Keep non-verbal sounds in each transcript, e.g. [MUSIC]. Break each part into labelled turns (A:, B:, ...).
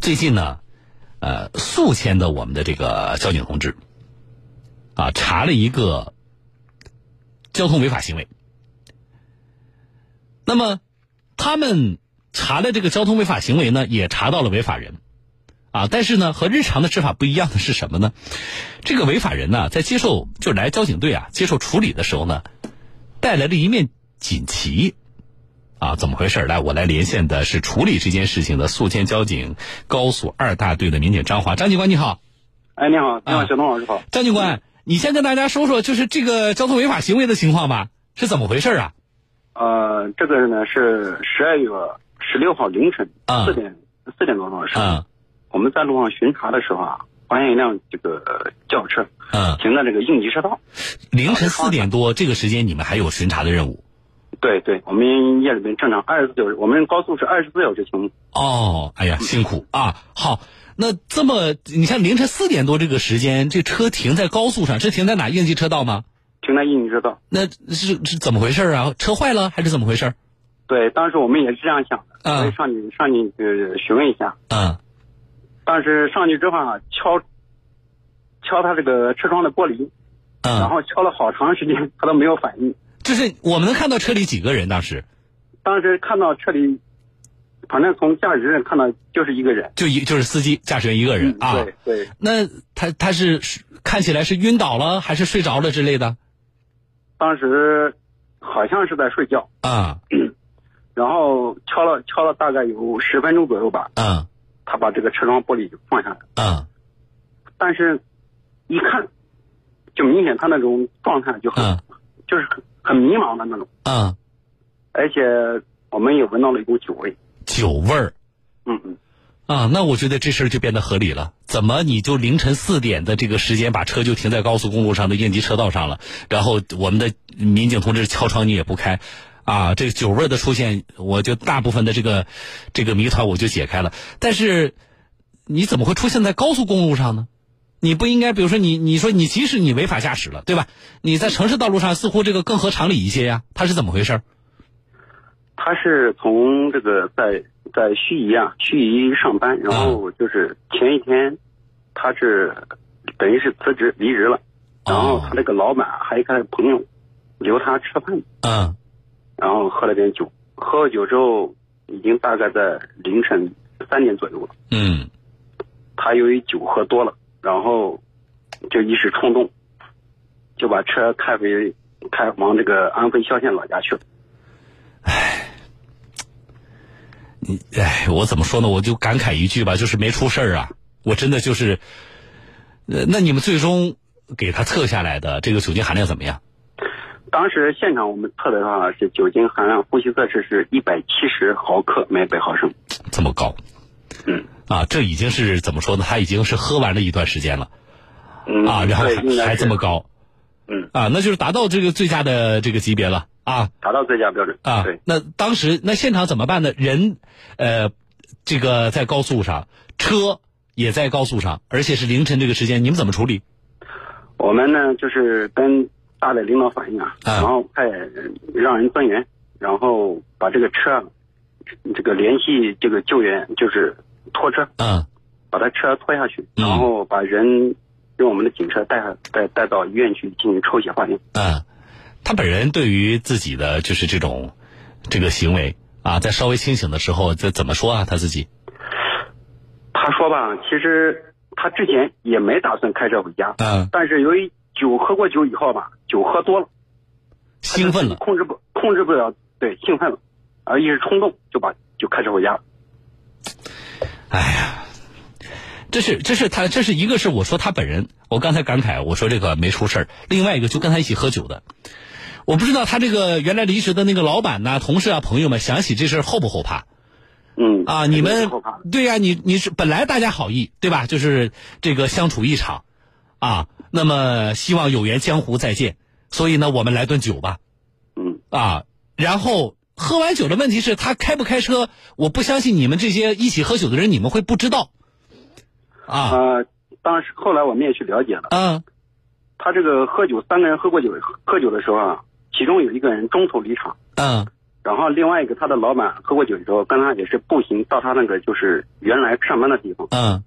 A: 最近呢，呃，宿迁的我们的这个交警同志啊，查了一个交通违法行为。那么，他们查的这个交通违法行为呢，也查到了违法人，啊，但是呢，和日常的执法不一样的是什么呢？这个违法人呢、在接受就来交警队啊接受处理的时候呢，带来了一面锦旗，啊，怎么回事儿？来，我来连线的是处理这件事情的宿迁交警高速二大队的民警张华，张警官你好，
B: 哎，你好，你好，小东老师好。
A: 张警官，你先跟大家说说就是这个交通违法行为的情况吧，是怎么回事儿啊？
B: 呃，这个呢是十二月十六号凌晨
A: 啊
B: 四点四点多钟的时候，
A: 嗯
B: 我们在路上巡查的时候啊，发现一辆这个呃轿车
A: 嗯，
B: 停在这个应急车道。
A: 凌晨四点多这个时间你们还有巡查的任务。
B: 对对，我们夜里面正常二十四小时，我们高速是二十四小时行。
A: 哦，哎呀，辛苦啊！好，那这么你像凌晨四点多这个时间，这车停在高速上，是停在哪应急车道吗？
B: 停在应急车道。
A: 那是是怎么回事啊？车坏了还是怎么回事？
B: 对，当时我们也是这样想的，
A: 嗯
B: 所以上去上去呃询问一下。
A: 嗯
B: 当时上去之后啊，敲敲他这个车窗的玻璃，然
A: 嗯，
B: 后敲了好长时间，他都没有反应。
A: 就是我们能看到车里几个人，当时
B: 当时看到车里，反正从驾驶室看到就是一个人。嗯
A: 就一就是司机驾驶员一个人啊。
B: 对对，
A: 那他他是看起来是晕倒了，还是睡着了之类的？
B: 当时好像是在睡觉，
A: 啊
B: 然后敲了敲了大概有十分钟左右吧，
A: 嗯
B: 他把这个车窗玻璃就放下来，
A: 嗯
B: 但是一看就明显他那种状态就很、
A: 嗯
B: 就是很很迷茫的那种，
A: 嗯，
B: 而且我们也闻到了一股酒味。
A: 酒味儿。
B: 嗯嗯，
A: 啊，那我觉得这事儿就变得合理了。怎么你就凌晨四点的这个时间把车就停在高速公路上的应急车道上了？然后我们的民警同志敲窗你也不开，啊，这个酒味儿的出现，我就大部分的这个这个谜团我就解开了。但是你怎么会出现在高速公路上呢？你不应该，比如说你你说你即使你违法驾驶了，对吧？你在城市道路上似乎这个更合常理一些呀，它是怎么回事儿？
B: 他是从这个在在盱眙啊，盱眙上班，然后就是前一天，他是等于是辞职离职了，然后他那个老板还有他的朋友留他吃饭，
A: 嗯
B: 然后喝了点酒，喝了酒之后已经大概在凌晨三点左右了，
A: 嗯
B: 他由于酒喝多了，然后就一时冲动，就把车开回开往这个安徽萧县老家去了。
A: 哎，我怎么说呢？我就感慨一句吧，就是没出事儿啊。我真的就是，呃，那你们最终给他测下来的这个酒精含量怎么样？
B: 当时现场我们测的话是酒精含量，呼吸测试是一百七十毫克每百毫升。
A: 这么高？
B: 嗯，
A: 啊，这已经是怎么说呢？他已经是喝完了一段时间了
B: 嗯
A: 啊，然后
B: 对应
A: 还
B: 该
A: 还
B: 是
A: 这么高
B: 嗯，
A: 啊，那就是达到这个最佳的这个级别了啊
B: 达到最佳标准
A: 啊
B: 对，！
A: 那当时那现场怎么办呢？人，呃，这个在高速上，车也在高速上，而且是凌晨这个时间，你们怎么处理？
B: 我们呢就是跟大的领导反映啊，
A: 啊
B: 然后派让人增援，然后把这个车，这个联系这个救援，就是拖车，
A: 嗯
B: 把他车拖下去，
A: 嗯
B: 然后把人用我们的警车带下带带到医院去进行抽血化验。
A: 嗯，他本人对于自己的就是这种这个行为啊，在稍微清醒的时候，这怎么说啊？他自己
B: 他说吧，其实他之前也没打算开车回家，
A: 嗯，
B: 但是由于酒喝过酒以后吧，酒喝多了，他就
A: 兴奋了，
B: 控制不控制不了，对，兴奋了，而一时冲动就把就开车回家了。
A: 哎呀，这是这是他这是一个是我说他本人，我刚才感慨我说这个没出事儿，另外一个就跟他一起喝酒的。我不知道他这个原来离职的那个老板呐、同事啊、朋友们想起这事儿后不后怕？
B: 嗯
A: 啊，你
B: 肯定
A: 们
B: 是后怕的
A: 对呀、你你是本来大家好意对吧？就是这个相处一场，啊，那么希望有缘江湖再见，所以呢，我们来顿酒吧，
B: 嗯，
A: 啊，然后喝完酒的问题是他开不开车，我不相信你们这些一起喝酒的人，你们会不知道，啊，
B: 呃，当时后来我们也去了解了，
A: 嗯
B: 他这个喝酒三个人喝过酒喝酒的时候啊，其中有一个人中途离场，
A: 嗯
B: 然后另外一个他的老板喝过酒之后，跟他也是步行到他那个就是原来上班的地方，
A: 嗯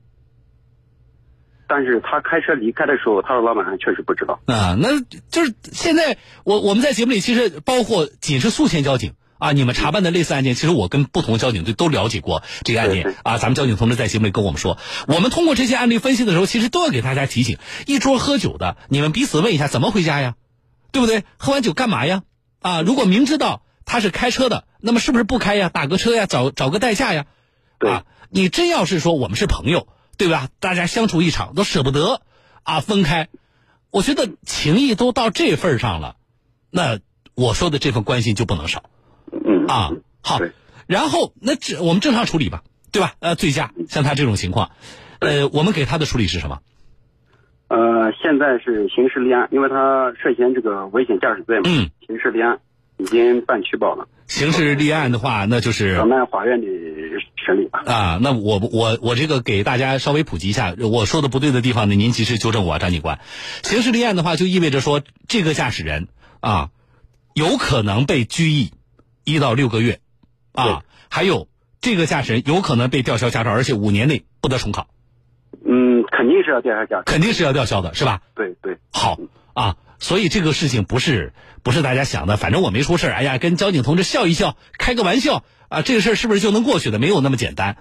B: 但是他开车离开的时候，他的老板还确实不知道。
A: 啊，那就是现在我我们在节目里其实包括仅是宿迁交警啊，你们查办的类似案件，其实我跟不同交警队都了解过这个案
B: 对
A: 件啊。咱们交警同志在节目里跟我们说，我们通过这些案例分析的时候，其实都要给大家提醒：一桌喝酒的，你们彼此问一下怎么回家呀，对不对？喝完酒干嘛呀？啊，如果明知道他是开车的，那么是不是不开呀？打个车呀，找找个代驾呀？
B: 对
A: 啊，你真要是说我们是朋友，对吧？大家相处一场都舍不得啊，分开，我觉得情谊都到这份儿上了，那我说的这份关心就不能少
B: 嗯
A: 啊。好
B: 对，
A: 然后那这我们正常处理吧，对吧？呃，醉驾像他这种情况，呃，我们给他的处理是什么？
B: 呃，现在是刑事立案，因为他涉嫌这个危险驾驶罪嘛，
A: 嗯
B: 刑事立案已经办取保了，
A: 刑事立案的话，那就是
B: 咱们法院里审理吧。
A: 啊，那我我我这个给大家稍微普及一下，我说的不对的地方呢，您及时纠正我啊，张警官。刑事立案的话，就意味着说这个驾驶人啊，有可能被拘役一到六个月，
B: 对
A: 啊，还有这个驾驶人有可能被吊销驾照，而且五年内不得重考，
B: 嗯，肯定是要调查驾驶。
A: 肯定是要吊销的，是吧？
B: 对对，
A: 好啊，所以这个事情不是不是大家想的，反正我没出事儿哎呀，跟交警同志笑一笑，开个玩笑啊，这个事儿是不是就能过去的？没有那么简单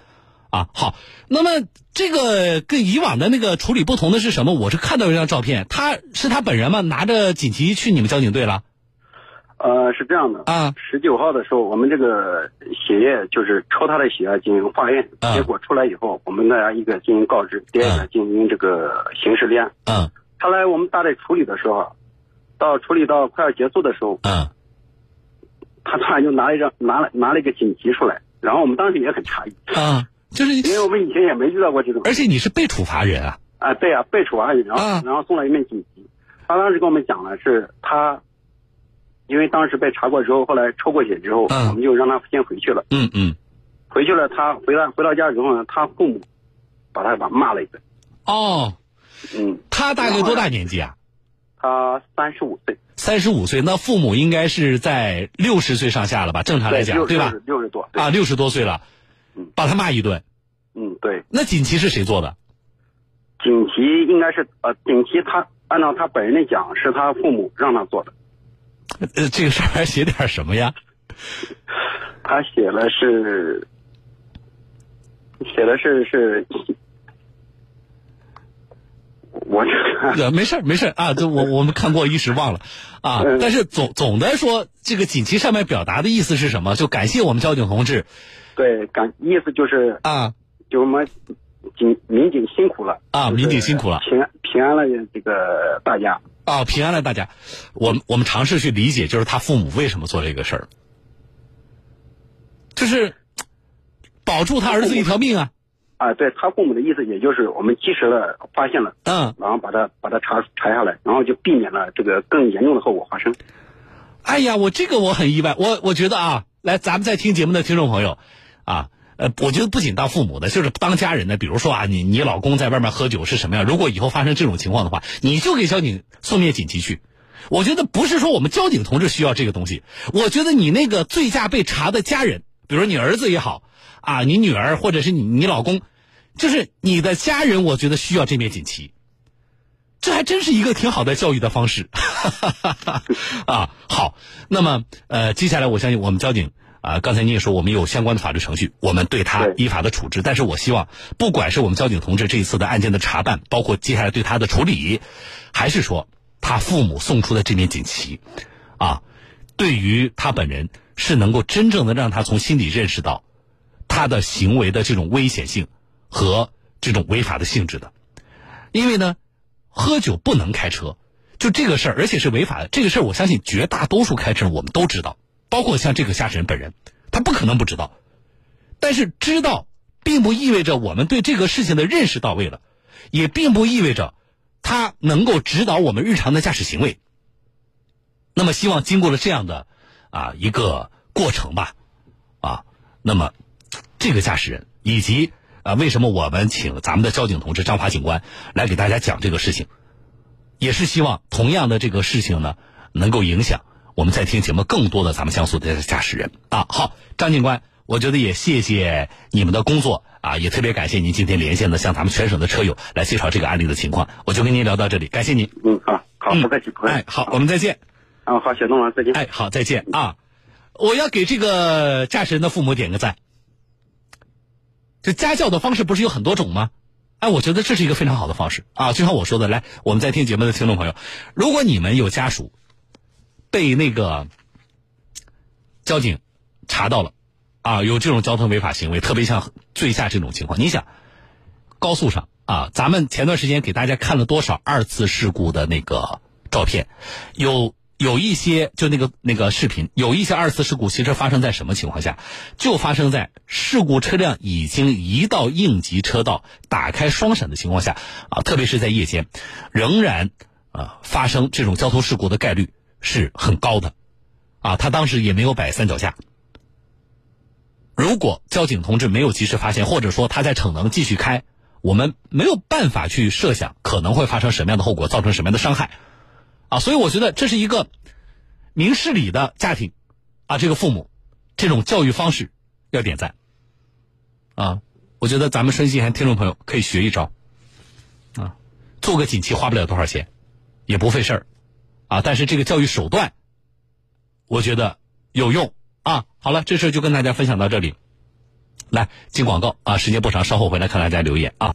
A: 啊。好，那么这个跟以往的那个处理不同的是什么？我是看到一张照片，他是他本人吗？拿着锦旗去你们交警队了
B: 呃，是这样的。
A: 啊？
B: 十九号的时候，我们这个血液就是抽他的血液进行化验，
A: 嗯
B: 结果出来以后，我们大家一个进行告知，第二个
A: 嗯
B: 进行这个刑事立案。
A: 嗯
B: 后来我们大概处理的时候，到处理到快要结束的时候，
A: 嗯
B: 他突然就拿了一张拿了拿了一个锦旗出来，然后我们当时也很诧异，
A: 啊，就是
B: [LAUGHS] 因为我们以前也没遇到过这种
A: 而且你是被处罚人啊
B: 啊，对啊，被处罚一然后、
A: 哎啊
B: 然后送了一面锦旗。他当时跟我们讲了，是他因为当时被查过之后，后来抽过血之后，
A: 嗯
B: 我们就让他先回去了。
A: 嗯嗯
B: 回去了，他回来回到家之后呢，他父母把他把骂了一顿。
A: 哦，
B: 嗯，
A: 他大概多大年纪啊？
B: 他三十五岁，
A: 三十五岁，那父母应该是在六十岁上下了吧？正常来讲，
B: 六
A: 对吧？
B: 六十多，对，
A: 啊，六十多岁了
B: 嗯，
A: 把他骂一顿。
B: 嗯，对。
A: 那锦旗是谁做的？
B: 锦旗应该是呃，锦旗他按照他本人的讲，是他父母让他做的。
A: 呃，这个上面写点什么呀？
B: 他写了是，写的是是，我这
A: [LAUGHS]
B: 个
A: 呃，没事儿没事儿啊，这我我们看过一时忘了啊。
B: 嗯
A: 但是总总的说，这个锦旗上面表达的意思是什么？就感谢我们交警同志
B: 对感意思就是
A: 啊
B: 就我们警民警辛苦了
A: 啊，
B: 就是
A: 民警辛苦了
B: 平安平安了这个大家。
A: 啊，平安了大家。我们我们尝试去理解，就是他父母为什么做这个事儿，就是保住他儿子一条命啊。
B: 啊，对他父母的意思，也就是我们及时的发现了，
A: 嗯，
B: 然后把他把他查查下来，然后就避免了这个更严重的后果发生。
A: 哎呀，我这个我很意外，我我觉得啊，来，咱们在听节目的听众朋友，啊，呃，我觉得不仅当父母的，就是当家人的，比如说啊，你你老公在外面喝酒是什么样？如果以后发生这种情况的话，你就给交警送面锦旗去。我觉得不是说我们交警同志需要这个东西，我觉得你那个醉驾被查的家人，比如你儿子也好，啊，你女儿或者是你你老公，就是你的家人，我觉得需要这面锦旗。这还真是一个挺好的教育的方式， [LAUGHS] 啊，好，那么呃，接下来我相信我们交警啊、刚才你也说我们有相关的法律程序，我们对他
B: 对
A: 依法的处置。但是我希望，不管是我们交警同志这一次的案件的查办，包括接下来对他的处理，还是说他父母送出的这面锦旗，啊，对于他本人是能够真正的让他从心里认识到他的行为的这种危险性和这种违法的性质的。因为呢，喝酒不能开车，就这个事儿，而且是违法的。这个事儿，我相信绝大多数开车人我们都知道，包括像这个驾驶人本人，他不可能不知道。但是知道，并不意味着我们对这个事情的认识到位了，也并不意味着他能够指导我们日常的驾驶行为。那么，希望经过了这样的啊一个过程吧，啊，那么这个驾驶人以及啊，为什么我们请咱们的交警同志张华警官来给大家讲这个事情，也是希望同样的这个事情呢，能够影响我们再听节目更多的咱们江苏的驾驶人啊。好，张警官，我觉得也谢谢你们的工作啊，也特别感谢您今天连线的向咱们全省的车友来介绍这个案例的情况。我就跟您聊到这里，感谢您。
B: 嗯啊，好，不客气不客气。
A: 哎，好，我们再见。
B: 啊，好，小东老师再见。
A: 哎，好，再见啊！我要给这个驾驶人的父母点个赞。这家教的方式不是有很多种吗？哎，我觉得这是一个非常好的方式啊！就像我说的，来，我们在听节目的听众朋友，如果你们有家属被那个交警查到了啊，有这种交通违法行为，特别像醉驾这种情况，你想，高速上啊，咱们前段时间给大家看了多少二次事故的那个照片，有。有一些就那个那个视频，有一些二次事故，其实发生在什么情况下？就发生在事故车辆已经移到应急车道、打开双闪的情况下啊，特别是在夜间，仍然啊发生这种交通事故的概率是很高的，啊，他当时也没有摆三脚架。如果交警同志没有及时发现，或者说他在逞能继续开，我们没有办法去设想可能会发生什么样的后果，造成什么样的伤害。啊，所以我觉得这是一个明事理的家庭，啊，这个父母这种教育方式要点赞。啊，我觉得咱们深西还听众朋友可以学一招，啊，做个锦旗花不了多少钱，也不费事儿，啊，但是这个教育手段，我觉得有用啊。好了，这事就跟大家分享到这里。来，进广告啊，时间不长，稍后回来看大家留言啊。